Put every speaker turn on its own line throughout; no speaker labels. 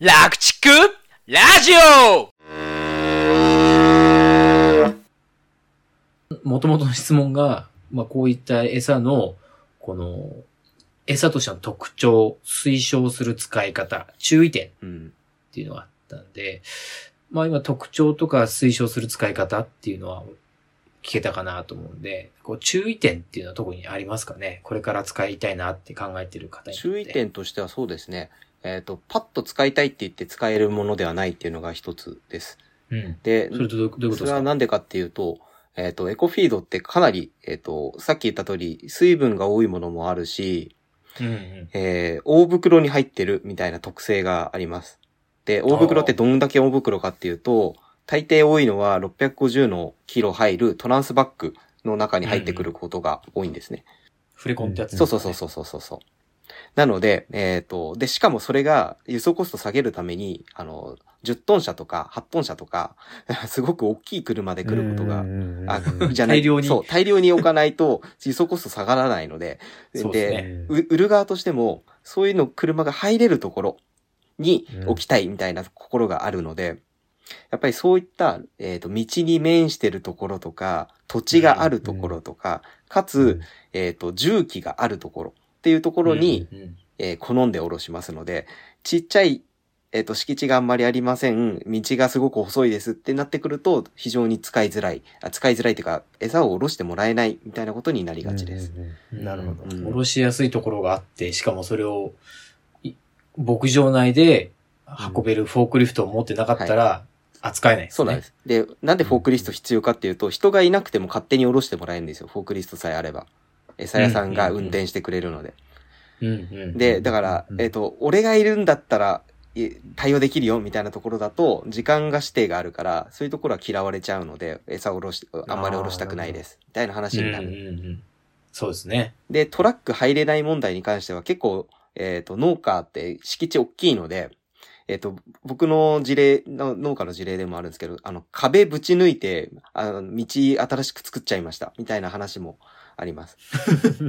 楽チクラジオ
もともとの質問が、まあ、こういった餌の、この、餌としての特徴、推奨する使い方、注意点っ
うん。
ていうのがあったんで、まあ今特徴とか推奨する使い方っていうのは聞けたかなと思うんで、こう注意点っていうのは特にありますかねこれから使いたいなって考えてる方にとって。
注意点としてはそうですね。えっ、と、パッと使いたいって言って使えるものではないっていうのが一つです。
うん。
で、
それとどうどういうこと
そ
で
れ
す
は
か
なんでかっていうと、えっ、と、エコフィードってかなり、えっ、と、さっき言った通り、水分が多いものもあるし、
うんうん。
えー大袋に入ってるみたいな特性があります。で、大袋ってどんだけ大袋かっていうと、大抵多いのは650のキロ入るトランスバッグの中に入ってくることが多いんですね。
触れ込んってやつ、
そうそうそうそうそうそうそう。なので、えっ、と、で、しかもそれが輸送コスト下げるために、あの、10トン車とか8トン車とか、 すごく大きい車で来ることが、あ、じゃない。
大量に
そう、大量に置かないと、 輸送コスト下がらないので、
そうですね
う売る側としても、そういうの車が入れるところに
うん
置きたいみたいな心があるので、やっぱりそういった、えっ、と、道に面してるところとか、土地があるところとか、かつ、えっ、と、重機があるところっていうところに、
うんうん
えー好んでおろしますので、ちっちゃい、えっ、と、敷地があんまりありません、道がすごく細いですってなってくると、非常に使いづらい、あ使いづらいというか、餌をおろしてもらえないみたいなことになりがちです。。
なるほど。
うん
下ろしやすいところがあって、しかもそれを、い牧場内で運べるフォークリフトを持ってなかったら扱えないですね。
そうなんです。で、なんでフォークリスト必要かっていうと、人がいなくても勝手におろしてもらえるんですよ。フォークリストさえあれば。餌屋さんが運転してくれるので。
うんうん。
で、だから
う、ん
えっ、と、俺がいるんだったら、え対応できるよみたいなところだと、時間が指定があるから、そういうところは嫌われちゃうので、餌をおろし、あんまりおろしたくないです。みたいな話
うん
に
うん
なる。
うん、そうですね。
で、トラック入れない問題に関しては結構、えっ、と、農家って敷地大きいので、えっ、と、僕の事例の、農家の事例でもあるんですけど、あの、壁ぶち抜いて、あの、道新しく作っちゃいました。みたいな話もあります。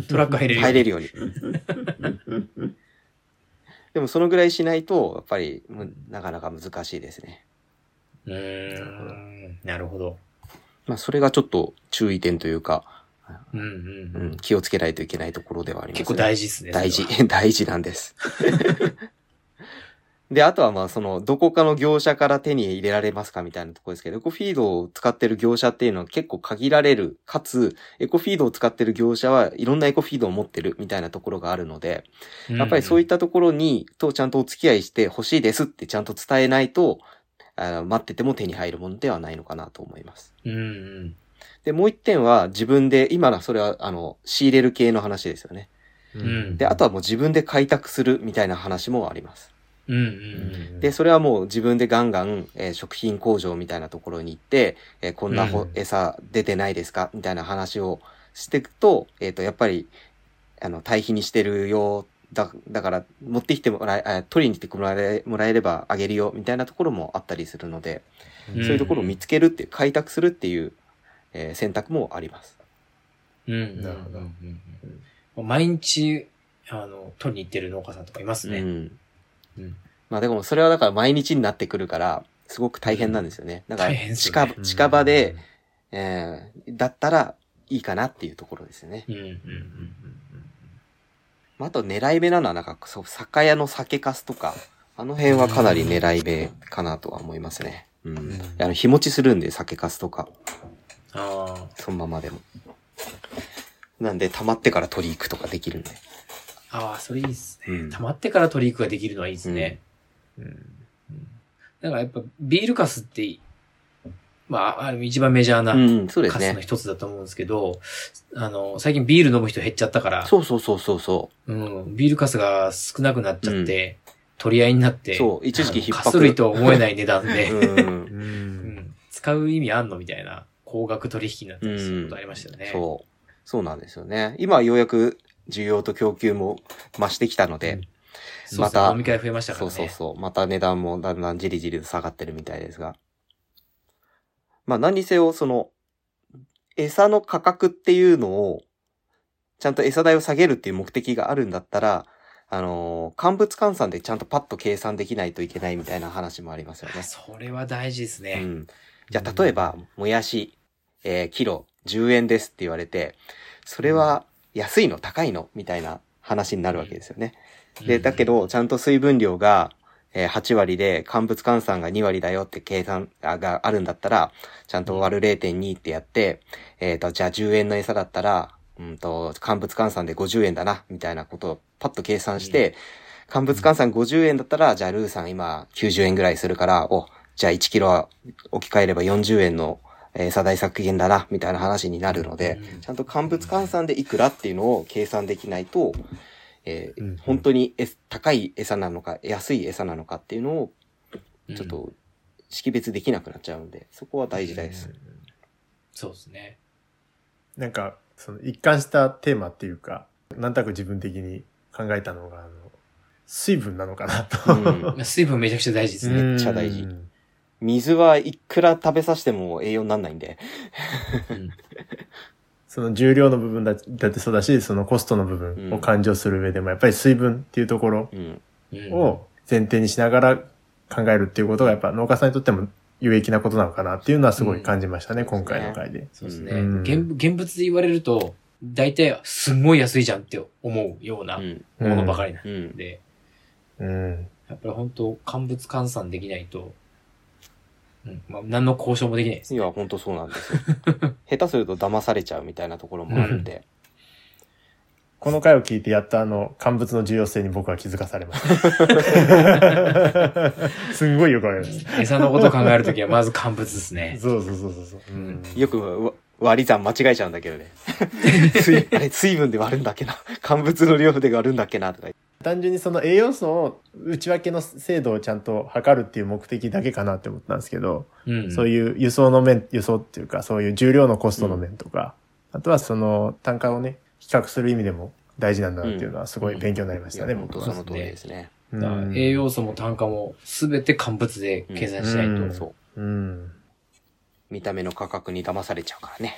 トラック入れるよ。
入れるよ うに。でもそのぐらいしないと、やっぱり、むなかなか難しいですね。
うーん。なるほど。
まあ、それがちょっと注意点というか、
うんうん
う
うん
ん、気をつけないといけないところではあります、ね。
結構大事ですね。
大事
それは。、
大事な んです。で、あとはまあその、どこかの業者から手に入れられますかみたいなところですけど、エコフィードを使ってる業者っていうのは結構限られる、かつ、エコフィードを使ってる業者はいろんなエコフィードを持ってるみたいなところがあるので、 やっぱりそうい
っ
ったところに、とちゃんとお付き合いして欲しいですってちゃんと伝えないと、あー待ってても手に入るものではないのかなと思います。
た。うんうん。
で、もう一点は自分で、今のはそれはあの、仕入れる系の話ですよね。
うん。
で、あとはもう自分で開拓するみたいな話もあります。
うんうん。
で、それはもう自分でガンガン、えー食品工場みたいなところに行って、えーこんなほ、
うん
餌出てないですかみたいな話をしていくと、えっ、と、やっぱり、あの、堆肥にしてるよ、だ、だから、持ってきてもらえ、あ取りに来てもらえ、もらえればあげるよ、みたいなところもあったりするので、
う
そういうところを見つけるっていう、開拓するっていう、えー選択もあります。
うん。
なるほど
うんうんうん毎日、あの、取りに行ってる農家さんとかいます
う
ね。
ん。
うん
まあでも、それはだから毎日になってくるから、すごく大変なんですよね。だから
大変っすよ
近
ね、
近場で、、えーだったらいいかなっていうところですね。
うんうんうん。
まああと狙い目なのはなんか、そう、酒屋の酒粕とか、あの辺はかなり狙い目かなとは思いますね。うん。あの、日持ちするんで酒粕とか、
ああ。
そのままでも。なんで、溜まってから取り行くとかできるんで。
ああ、それいいですね。
うん
溜まってから取り行くができるのはいいですね。だからやっぱビールカスって、まあ、あの一番メジャー
う、
なん
そうです
カスの
ね。
一つだと思うんですけど、あの、最近ビール飲む人減っちゃったから、、
そうそうそうそうそう
ん、ビールカスが少なくなっちゃって、取り合いになって、
そう一時期逼迫
あのカス類とは思えない値段で、
う。
う
うん。
ん使う意味あんのみたいな、高額取引になったりすることありましたよね。
そう。そうなんですよね。今はようやく需要と供給も増してきたので、
そうですね
また
飲み会増えましたから
そう
ね。
そうそう。また値段もだんだんじりじりと下がってるみたいですが。まあ何にせよ、その、餌の価格っていうのを、ちゃんと餌代を下げるっていう目的があるんだったら、あのー、乾物換算でちゃんとパッと計算できないといけないみたいな話もありますよね。
それは大事です
う
ね。
ん。じゃあ、例えば、もやし、えーキロ、10円ですって言われて、それは安いの、高いの、みたいな話になるわけですよね。
うん、
で、だけど、ちゃんと水分量が、えー8割で、乾物換算が2割だよって計算あがあるんだったら、ちゃんと割る0.2ってやって、えっ、と、じゃあ10円の餌だったら、うんと、乾物換算で50円だな、みたいなことをパッと計算して、乾物換算50円だったら、じゃあルーさん今90円ぐらいするから、お、じゃあ1キロは置き換えれば40円のえー餌代削減だな、みたいな話になるので、
うん
ちゃんと乾物換算でいくらっていうのを計算できないと、えー
うん
本当にえ高い餌なのか、安い餌なのかっていうのを、ちょっと識別できなくなっちゃうので、そこは大事です。
そうですね。
なんか、その一貫したテーマっていうか、なんとなく自分的に考えたのが、あの、水分なのかなと。
うん
まあ水分めちゃくちゃ大事ですね。
っちゃ大事
うん
水はいくら食べさせても栄養になんないんで。
うん
その重量の部分だだってそうだし、そのコストの部分を勘定する上でも、やっぱり水分っていうところ
うん。
うん
を前提にしながら考えるっていうことが、やっぱ農家さんにとっても有益なことなのかなっていうのはすごい感じましたね、
うん
今回の回で。
そうですね。
うん
現現物で言われると、大体、すんごい安いじゃんって思うような
う
も
ん。
のばかりな
うんん。
で、
うん。
やっぱり本当、乾物換算できないと、うん、まあ、何の交渉もできないです。
いや、ほんとそうなん ですよ。下手すると騙されちゃうみたいなところもあるんで。
この回を聞いてやっとあの、乾物の重要性に僕は気づかされました。 すんごいよくわかりまし
餌のこと考えるとき は、まず乾物です
た。
ね。
そうそうそうそうそう。うん
よくわ割り算間違えちゃうんだけどね。 水あれ水分で割るんだっけな。乾物の量で割るんだっけなとか。
単純にその栄養素を内訳の精度をちゃんと測るっていう目的だけかなって思ったんですけど、
うん。
そういう輸送の面、輸送っていうかそういう重量のコストの面とか、あとはその単価をね、比較する意味でも大事なんだなっていうのはすごい勉強になりましたね、
いやほん
僕
と
は。
その通りですね。
う
だから
ん
栄養素も単価も、すべて乾物で計算しないと。
うん
そう。
うん。
見た目の価格に騙されちゃうからね。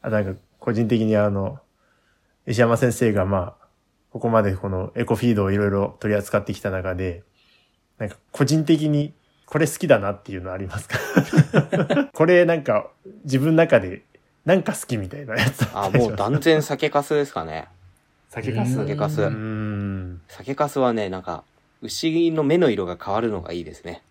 あ、なんか、個人的にあの、石山先生がまあ、ここまでこのエコフィードをいろいろ取り扱ってきた中で、なんか個人的にこれ好きだなっていうのありますかこれなんか自分の中でなんか好きみたいなやつ
あ、
ったり
も
し
う
ます
断然酒粕ですかね。
酒かす。
うん
う
酒粕
う
ーん。
酒粕はね、なんか、牛の目の色が変わるのがいいですね。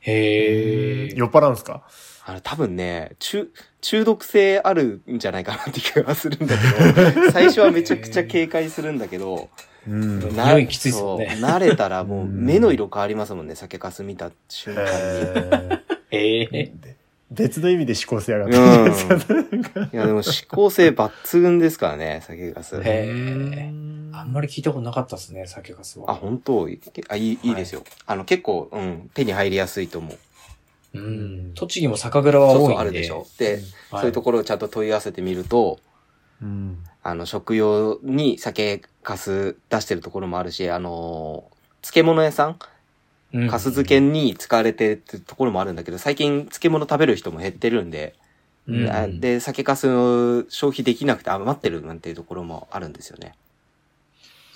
へー。
酔っ払うんですか
あの、多分ね、中、中毒性あるんじゃないかなって気がするんだけ ど、最初はめちゃくちゃ警戒するんだけど、
うん。
ん
へ
な
匂いきついっすもんね
そう慣れたらもう
うん
目の色変わりますもんね、酒粕見た瞬間に。
ー
へー。
別の意味で思考せやがっ
う
て。
ん。いや、でも指向性抜群ですからね、酒粕。
へえあんまり聞いたことなかったですね、酒粕は。
あ、本当あ、いい、いいですよ。あの、結構、うん、手に入りやすいと思う。
うん。栃木も酒蔵は
そう
多いん
そ
で。
う、あるでしょ。で、
はい
そういうところをちゃんと問い合わせてみると、
うん。
あの、食用に酒かす出してるところもあるし、あのー漬物屋さん
うん
かす漬けに使われてるってところもあるんだけど、最近漬物食べる人も減ってるんで、
うん
あで、酒かすの消費できなくて余ってるなんていうところもあるんですよね。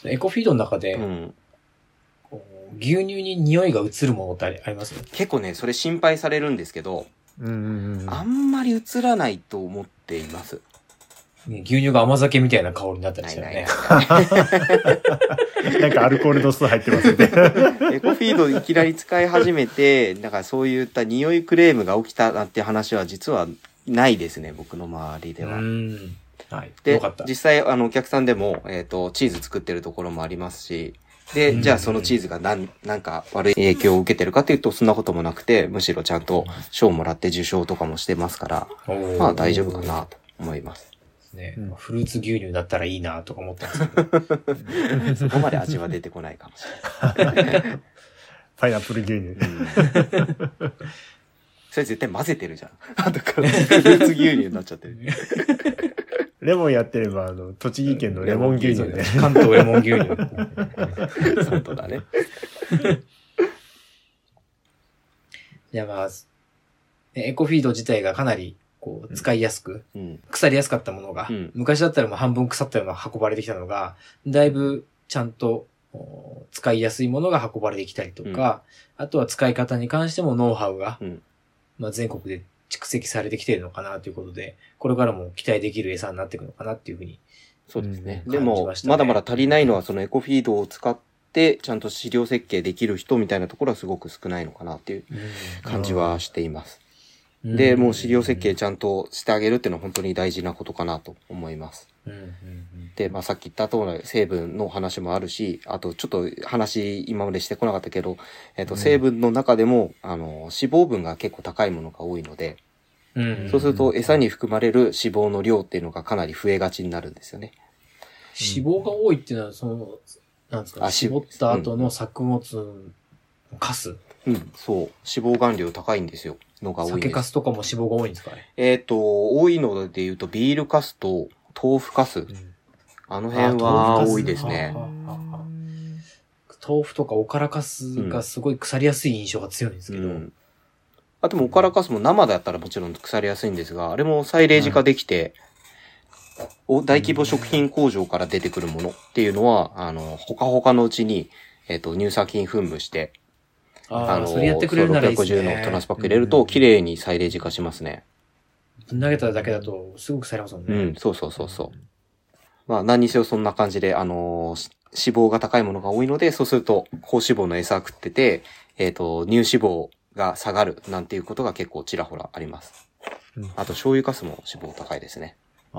エコフィードの中で、
うん。
こう牛乳に匂いが移るものってありあります
結構ね、それ心配されるんですけど、
うんうんうん。
あんまり映らないと思ってい ます。
ね牛乳が甘酒みたいな香りになったり
な
し
い
たよ
ない
ね。
なんかアルコール度数入ってますよね。
エコフィードいきなり使い始めて、なんかそういった匂いクレームが起きたなんて話は実はないですね、僕の周りでは。
うん。はい。
で
よかった。
実際、あの、お客さんでも、えっ、と、チーズ作ってるところもありますし、
う
で、
ん
じゃあそのチーズがなん、なんか悪い影響を受けてるかというと、そんなこともなくて、むしろちゃんと賞をもらって受賞とかもしてますから、
おー
まあ大丈夫かなと思 います。
ね
うん
フルーツ牛乳だったらいいなとか思ったんですけど。
そこまで味は出てこないかもし
パイナップル牛乳。
れない。うん それ絶対混ぜてるじゃん。 だから、フルーツ牛乳になっちゃってる。
レモンやってれば、あの、栃 木県のレモン牛乳ね。
関東レモン牛乳。
本当だね。
いやまあ、ねエコフィード自体がかなりこう、使いやすく、
うん。
腐りやすかったものが、
うん
昔だったらもう半分腐ったような運ばれてきたのが、だいぶちゃんとお使いやすいものが運ばれてきたりとか、あとは使い方に関してもノウハウが、
うん
まあ、全国で蓄積されてきてるのかなということで、これからも期待できる餌になっていくのかなっていうふうに。
そうですね。
うん
で
感じ
も
まし、たね
まだまだ足りないのは、そのエコフィードを使って、ちゃんと飼料設計できる人みたいなところはすごく少ないのかなっていう感じはしています。
うん
で、もう飼料設計、ちゃんとしてあげるっていうのは本当に大事なことかなと思います。
うんうんうん
で、まあさっき言った通り成分の話もあるし、あとちょっと話今までしてこなかったけど、えっ、と、
うん
成分の中でも、あの、脂肪分が結構高いものが多いので、
うんうん
そうすると餌に含まれる脂肪の量っていうのがかなり増えがちになるんですよね。
脂肪が多いっていうのは、その、なんですか、
あ脂
絞
肪
った後の作物のカス、
うん、そう。脂肪含量高いんですよ。のが多いんです。
酒カスとかも脂肪が多いんですかね。
えっ、と、多いので言うと、ビールカスと豆腐カス。あの辺
あ
は
豆腐カス
多いですね。
豆腐とかおからかすがすごい腐りやすい印象が強いんですけど、
うんあともおからかすも生だったらもちろん腐りやすいんですが、あれも再レジ化できて、お大規模食品工場から出てくるものっていうのは、あの、ほかほかのうちに、えっ、と、乳酸菌噴霧して、
ああ、
の、
それやってくれるならいいですね。
650のトラスパック入れると、綺麗に再レジ化しますね。
うん投げただけだとすごく腐りますもん
う
ね。
ん、そうそうそうそう。まあ、何にせよそんな感じで、あのーし脂肪が高いものが多いので、そうすると、高脂肪の餌食ってて、えっ、と、乳脂肪が下がるなんていうことが結構ちらほらあります。
うん
あと、醤油かすも脂肪高いですね。
ああ、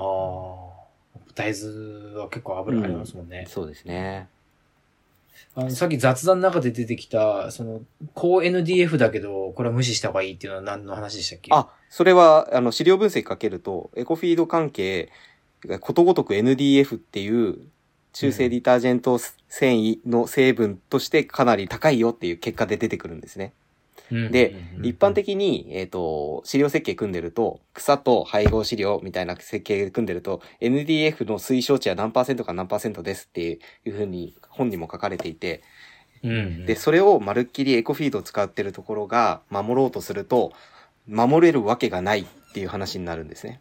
大豆は結構油ありますもんね。
そうですね。
あのさっき雑談の中で出てきた、その、高 NDF だけど、これは無視した方がいいっていうのは何の話でしたっけ
あ、それは、あの、資料分析かけると、エコフィード関係、ことごとく NDF っていう、中性ディタージェント繊維の成分としてかなり高いよっていう結果で出てくるんですね。
うん
で
うんうん
一般的に、えっ、と、飼料設計組んでると、草と配合飼料みたいな設計組んでると、NDF の推奨値は何パーセントか何パーセントですっていうふうに本にも書かれていて、
うんうん
で、それをまるっきりエコフィードを使ってるところが守ろうとすると、守れるわけがないっていう話になるんですね。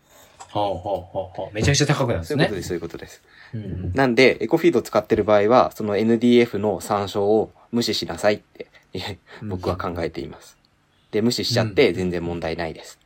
ほうほうほうほう。めちゃくちゃ高くなるんで
そ
す
うい
ね
うこと。です、そういうことです。
うんうん
なんで、エコフィードを使ってる場合は、その NDF の参照を無視しなさいって、僕は考えています。で、無視しちゃって全然問題ないです。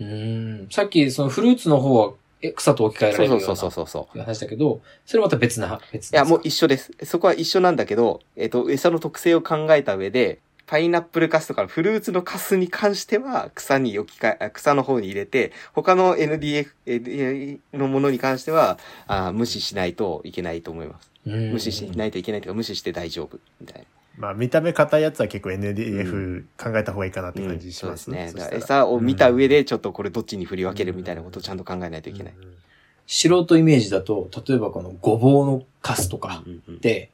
うーん。さっき、そのフルーツの方は、え草と置き換えら
そ
れるよ
う
うな
そうそうそうそう。
話だけど、それまた別な、別
いや、もう一緒です。そこは一緒なんだけど、えっ、と、餌の特性を考えた上で、パイナップルカスとかフルーツのカスに関しては、草に置き換え、あ草の方に入れて、他の NDF えーのものに関してはあー、無視しないといけないと思います。
う、うん
無視しないといけないというか、無視して大丈夫。みたいな。
まあ見た目硬いやつは結構
う
NDF 考えた方がいいかなって感じし
そう
ま
ですすね。
そ
だ
し
か
た
ら
ら
餌を見た上で、ちょっとこれどっちに振り分けるみたいなことをちゃんと考えないといけない。
うん
素人イメージだと、例えばこのごぼうのカスとか
うんうん
で、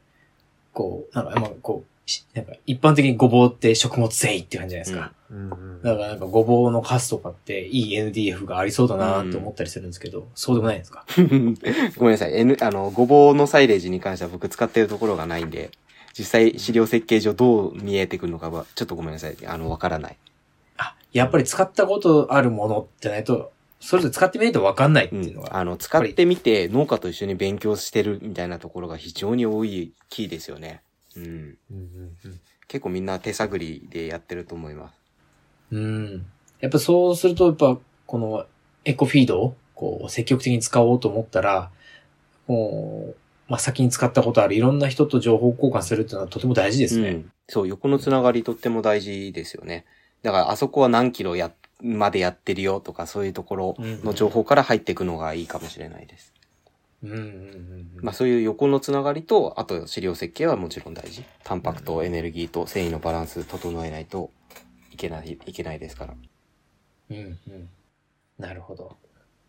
こう、なんか、まあ、こう、しなんか一般的にごぼうって食物繊維っていう感じじゃないですか。
うんうん
だからなんかごぼうのカスとかっていい NDF がありそうだなって思ったりするんですけど、そうでもないんですか
ごめんなさい。N、あの、ごぼうのサイレージに関しては僕使ってるところがないんで、実際資料設計上どう見えてくるのかは、ちょっとごめんなさい。あの、わからない。
あ、やっぱり使ったことあるものじゃないと、それぞれ使ってみないとわかんないって
う
いうの
ん。
が。
あの、使ってみて農家と一緒に勉強してるみたいなところが非常に多いキーですよね。うん。
うんうんうん
結構みんな手探りでやってると思います。
うん。やっぱそうすると、やっぱ、このエコフィードを、こう、積極的に使おうと思ったら、もう、まあ、先に使ったことあるいろんな人と情報交換するっていうのはとても大事です
う
ね。
ん。そう、横のつながりとっても大事ですよね。だから、あそこは何キロや、までやってるよとか、そういうところの情報から入っていくのがいいかもしれないです。
うん。うんうんうん
まあそういう横のつながりと、あと飼料設計はもちろん大事。タンパクとエネルギーと繊維のバランス整えないといけない、いけないですから。
うんうん。なるほど。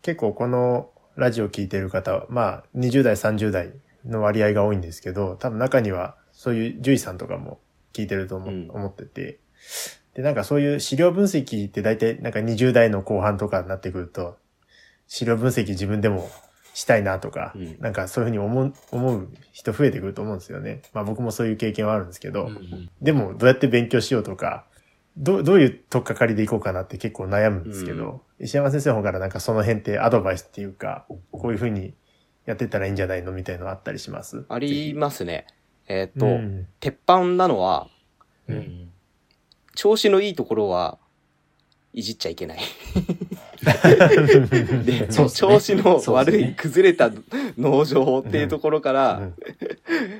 結構このラジオ聞いてる方は、まあ、20代、30代の割合が多いんですけど、多分中にはそういう獣医さんとかも聞いてると思,、
うん
思ってて、で、なんかそういう資料分析って大体なんか20代の後半とかになってくると、資料分析自分でもしたいなとか、
うん
なんかそういうふうに思う、思う人増えてくると思うんですよね。まあ僕もそういう経験はあるんですけど、
うんうん
でもどうやって勉強しようとか、どう、どういう取っかかりでいこうかなって結構悩むんですけど、石山先生の方からなんかその辺ってアドバイスっていうか、こういうふうにやってったらいいんじゃないのみたいのあったりします
ありますね。えっ、
と、う
と、
ん
鉄板なのは、
うん
うん。
調子のいいところは、いじっちゃいけない。で、
そうっすね
調子の
そうっす
悪
ね
い崩れた農場っていうところから、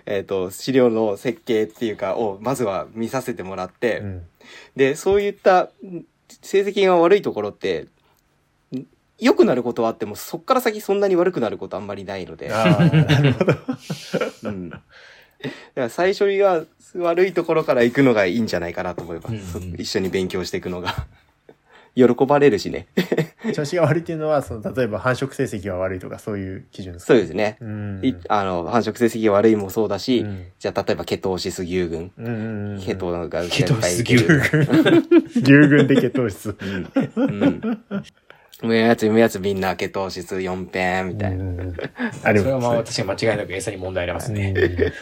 えっ、と、資料の設計っていうかを、まずは見させてもらって、
うん
で、そういったん成績が悪いところって、ん良くなることはあっても、そっから先そんなに悪くなることあんまりないので、
あーなるほど。
うん。だから最初は悪いところから行くのがいいんじゃないかなと思います。
うんうん
一緒に勉強していくのが。 喜ばれるしね。
調子が悪いっていうのは、その、例えば繁殖成績が悪いとかそういう基準ですか
そうですね。
うん。
いあの、繁殖成績が悪いもそうだし、
うん
じゃあ例えば、ケトオシス牛群。
うんうんうん。
ケトが
けど、すぎ
いる。
る。
牛群で血糖質。
うん。うん。 上のやつ、上のやつみんなケトオシス4ペンみたいな。
うんうんうんあり
それはまあ
ます
私は間違いなく餌に問題ありますね。
ね。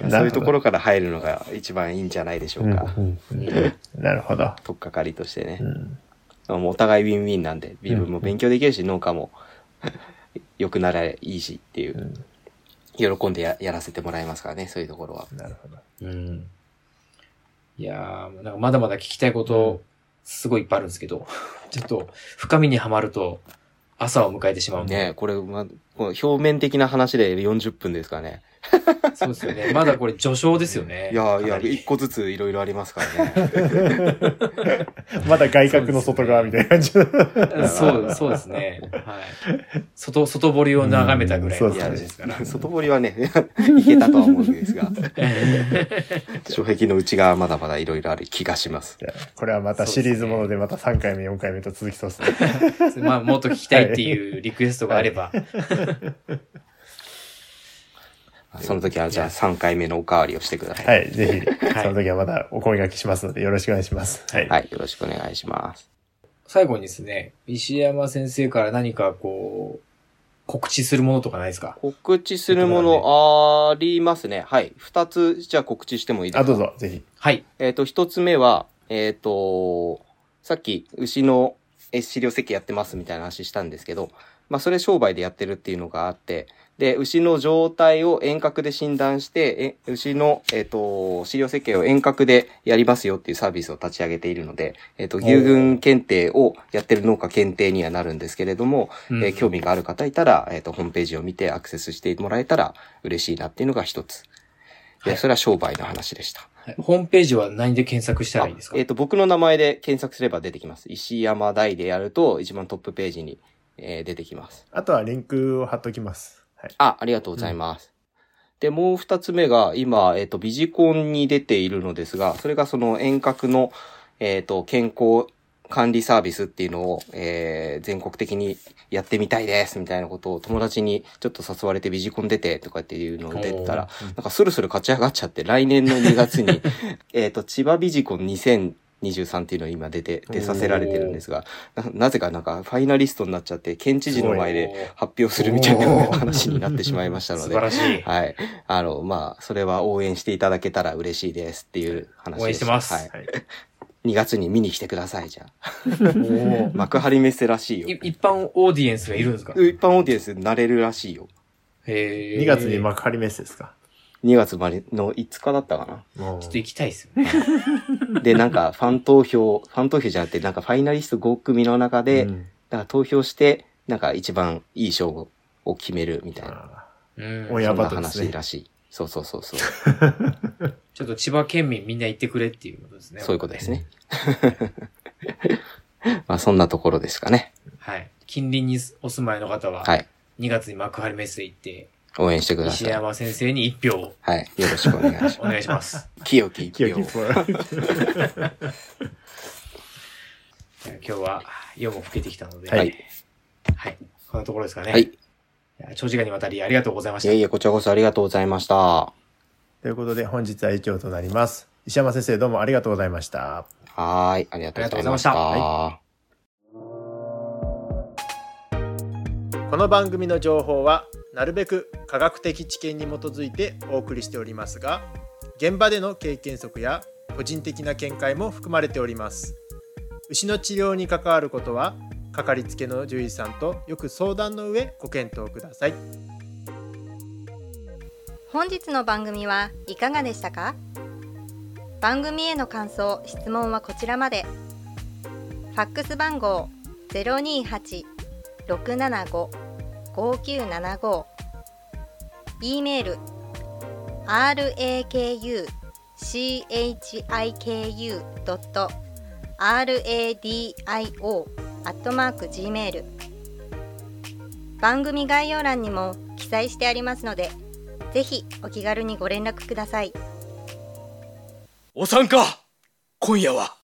うん
そういうところから入るのが一番いいんじゃないでしょ
う
うんか。
うん
うん
なるほど。
とっかかりとしてね
う。ん
もうお互いウィンウィンなんで、自分も勉強できるし、農家も良くならいいしっていうう、
ん
喜んでややらせてもらえますからね、そういうところは。
なるほど。
うんいやー、なんかまだまだ聞きたいこと、すごいいっぱいあるんですけど、 ちょっと深みにはまると朝を迎えてしまうんで、
ねこれ、ま、この表面的な話で40分ですからね。
そうですよね。まだこれ序章ですよね。
いやい
か
や、
なり
一個ずついろいろありますからね。
まだ外角の外側みたいな感じ。
そう、そうですね。はい。外、外堀を眺めたぐらいの
うんそう
感
で
じ
す
ですから。
外堀はね、 いけたとは思うんですが、障壁の内側はまだまだいろいろある気がします。
じゃあこれはまたシリーズものでまた3回目、4回目と続きそうですね。
まあ、もっと聞きたいっていうリクエストがあれば。
その時は、じゃあ3回目のおかわりをしてください。
はい、ぜひ、その時はまたお声掛けしますのでよろしくお願いします。はい。
はい、よろしくお願いします。
最後にですね、石山先生から何かこう、告知するものとかないですか
告知するものありますね。はい。二つ、じゃあ告知してもいいですか
あ、どうぞ、ぜひ。
はい。
えっ、と、一つ目は、えっ、と、さっき、牛のえ飼料設計やってますみたいな話したんですけど、まあ、それ商売でやってるっていうのがあって、で、牛の状態を遠隔で診断して、え牛の、えっ、と、飼料設計を遠隔でやりますよっていうサービスを立ち上げているので、えっ、と、牛群検定をやってる農家検定にはなるんですけれども、
うん
えー興味がある方いたら、えっ、と、ホームページを見てアクセスしてもらえたら嬉しいなっていうのが一つ。
は
で、
い
それは商売の話でした。
はいホームページは何で検索したらいいですか
あえっ、と、僕の名前で検索すれば出てきます。石山大でやると、一番トップページに、えー出てきます。
あとはリンクを貼っときます。はい。
あ、ありがとうございます。で、もう二つ目が、今、えっ、と、ビジコンに出ているのですが、それがその遠隔の、えっ、と、健康管理サービスっていうのを、えー全国的にやってみたいです、みたいなことを友達にちょっと誘われてビジコン出て、とかっていうのを出てたら、なんかそろそろ勝ち上がっちゃって、来年の2月に、 えっと、千葉ビジコン2023っていうのを今出て、出させられてるんですが、ななぜかなんかファイナリストになっちゃって、県知事の前で発表するみたいな
おー
話になってしまいました
素
の
晴
で、
らしい。
はい。あの、まあ、それは応援していただけたら嬉しいですっていう話です。
応援してます
はい。
はい。
2月に見に来てください、じゃあ。
おー
幕張メッセらしいよ。
い一般オーディエンスがいるんですか
一般オーディエンスになれるらしいよ。
へ
2月に
ま
幕張メッセですか。
2月までの5日だったかな。
も
ちょっ
う
と行きたいですよね。
で、な んか、ファン投票、ファン投票じゃなくて、なんか、ファイナリスト5組の中で、
う
だ
ん
から投票して、なんか、一番いい賞を決めるみたいな。
あ
うん
ーオンエア
そん
バ
な
トルです
話
ね
ら。しい。そうそうそうそう。
ちょっと千葉県民みんな行ってくれっていうことですね。
そういうことですね。 まあ、そんなところですかね。
はい。近隣にお住まいの方は、
はい。
2月に幕張メッセ行って、
応援してくだ
石
さい。
山先生に1票を
はい。よろしくお願いします。
お願いし ます。
清き一
キヨ
票
キ
を。
フォー
じゃあ今日は夜も更けてきたので、
はい
はい。こんなところですかね。
はい。い
や長時間にわたりありがとうございました。
えいえ、こちらこそありがとうございました。
ということで、本日は以上となります。石山先生、どうもありがとうございました。
はーい。ありがとうございました。
ありがとうござい
この番組の情報はなるべく科学的知見に基づいてお送りしておりますが現場での経験則や個人的な見解も含まれております牛の治療に関わることはかかりつけの獣医さんとよく相談の上ご検討ください
本日の番組はいかがでしたか番組への感想・質問はこちらまでファックス番号028-675-5975 e メール rakuchiku.radio.gmail 番組概要欄にも記載してありますのでぜひお気軽にご連絡ください
お参加今夜は